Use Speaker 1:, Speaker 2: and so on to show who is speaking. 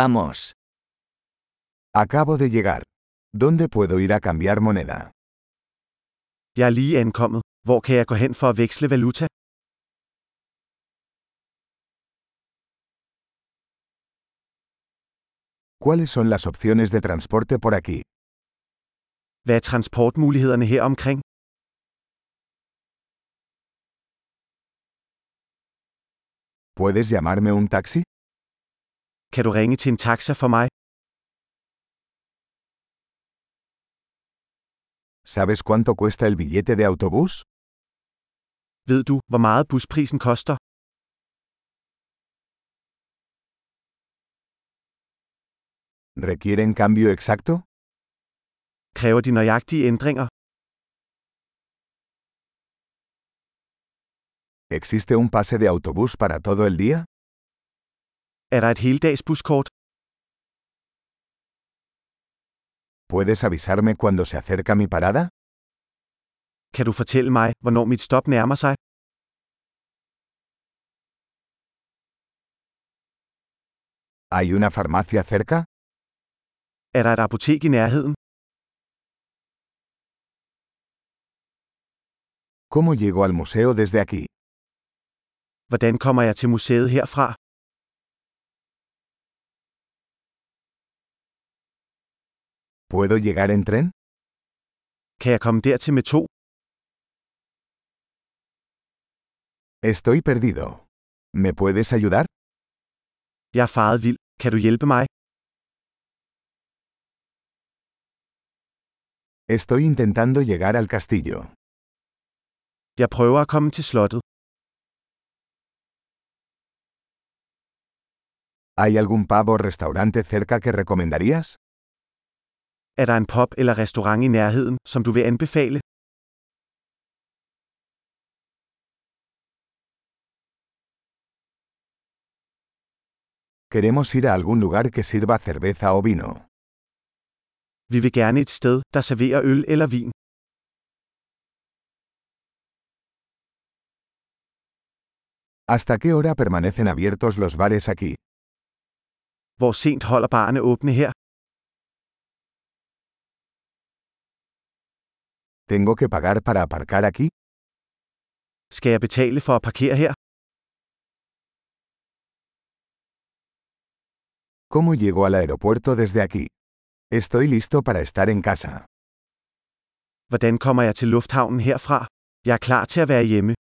Speaker 1: Vamos.
Speaker 2: Acabo de llegar. ¿Dónde puedo ir a cambiar moneda?
Speaker 3: Jeg er lige ankommet. Hvor kan jeg gå hen for at veksle valuta?
Speaker 2: ¿Cuáles son las opciones de transporte por aquí?
Speaker 3: Hvad er transportmulighederne her omkring?
Speaker 2: ¿Puedes llamarme un taxi?
Speaker 3: Kan du ringe til en taxa for mig?
Speaker 2: ¿Sabes cuánto cuesta el billete de autobús?
Speaker 3: Ved du, hvor meget busprisen koster?
Speaker 2: ¿Requieren cambio exacto?
Speaker 3: Kræver de nøjagtige ændringer?
Speaker 2: ¿Existe un pase de autobús para todo el día?
Speaker 3: Er der et heldags buskort?
Speaker 2: ¿Puedes avisarme cuando se acerca mi parada?
Speaker 3: Kan du fortælle mig, hvornår mit stop nærmer sig?
Speaker 2: ¿Hay una farmacia cerca?
Speaker 3: Er der et apotek i nærheden?
Speaker 2: ¿Cómo llego al museo desde aquí?
Speaker 3: Hvordan kommer jeg til museet herfra?
Speaker 2: ¿Puedo llegar en tren?
Speaker 3: Kan jeg komme dertil med to?
Speaker 2: Estoy perdido. ¿Me puedes ayudar?
Speaker 3: Jeg er faret vild. Kan du hjælpe mig?
Speaker 2: Estoy intentando llegar al castillo.
Speaker 3: Jeg prøver at komme til slottet.
Speaker 2: ¿Hay algún pavo o restaurante cerca que recomendarías?
Speaker 3: Er der en pub eller restaurant i nærheden, som du vil anbefale?
Speaker 2: Queremos ir a algún lugar que sirva cerveza o vino.
Speaker 3: Vi vil gerne et sted, der serverer øl eller vin.
Speaker 2: ¿Hasta qué hora permanecen abiertos los bares aquí?
Speaker 3: Hvor sent holder barne åbne her?
Speaker 2: ¿Tengo que pagar para aparcar aquí?
Speaker 3: Skal jeg betale for at parkere her?
Speaker 2: ¿Cómo llego al aeropuerto desde aquí? Estoy listo para estar en casa.
Speaker 3: Hvordan kommer jeg til lufthavnen herfra? Jeg er klar til at være hjemme.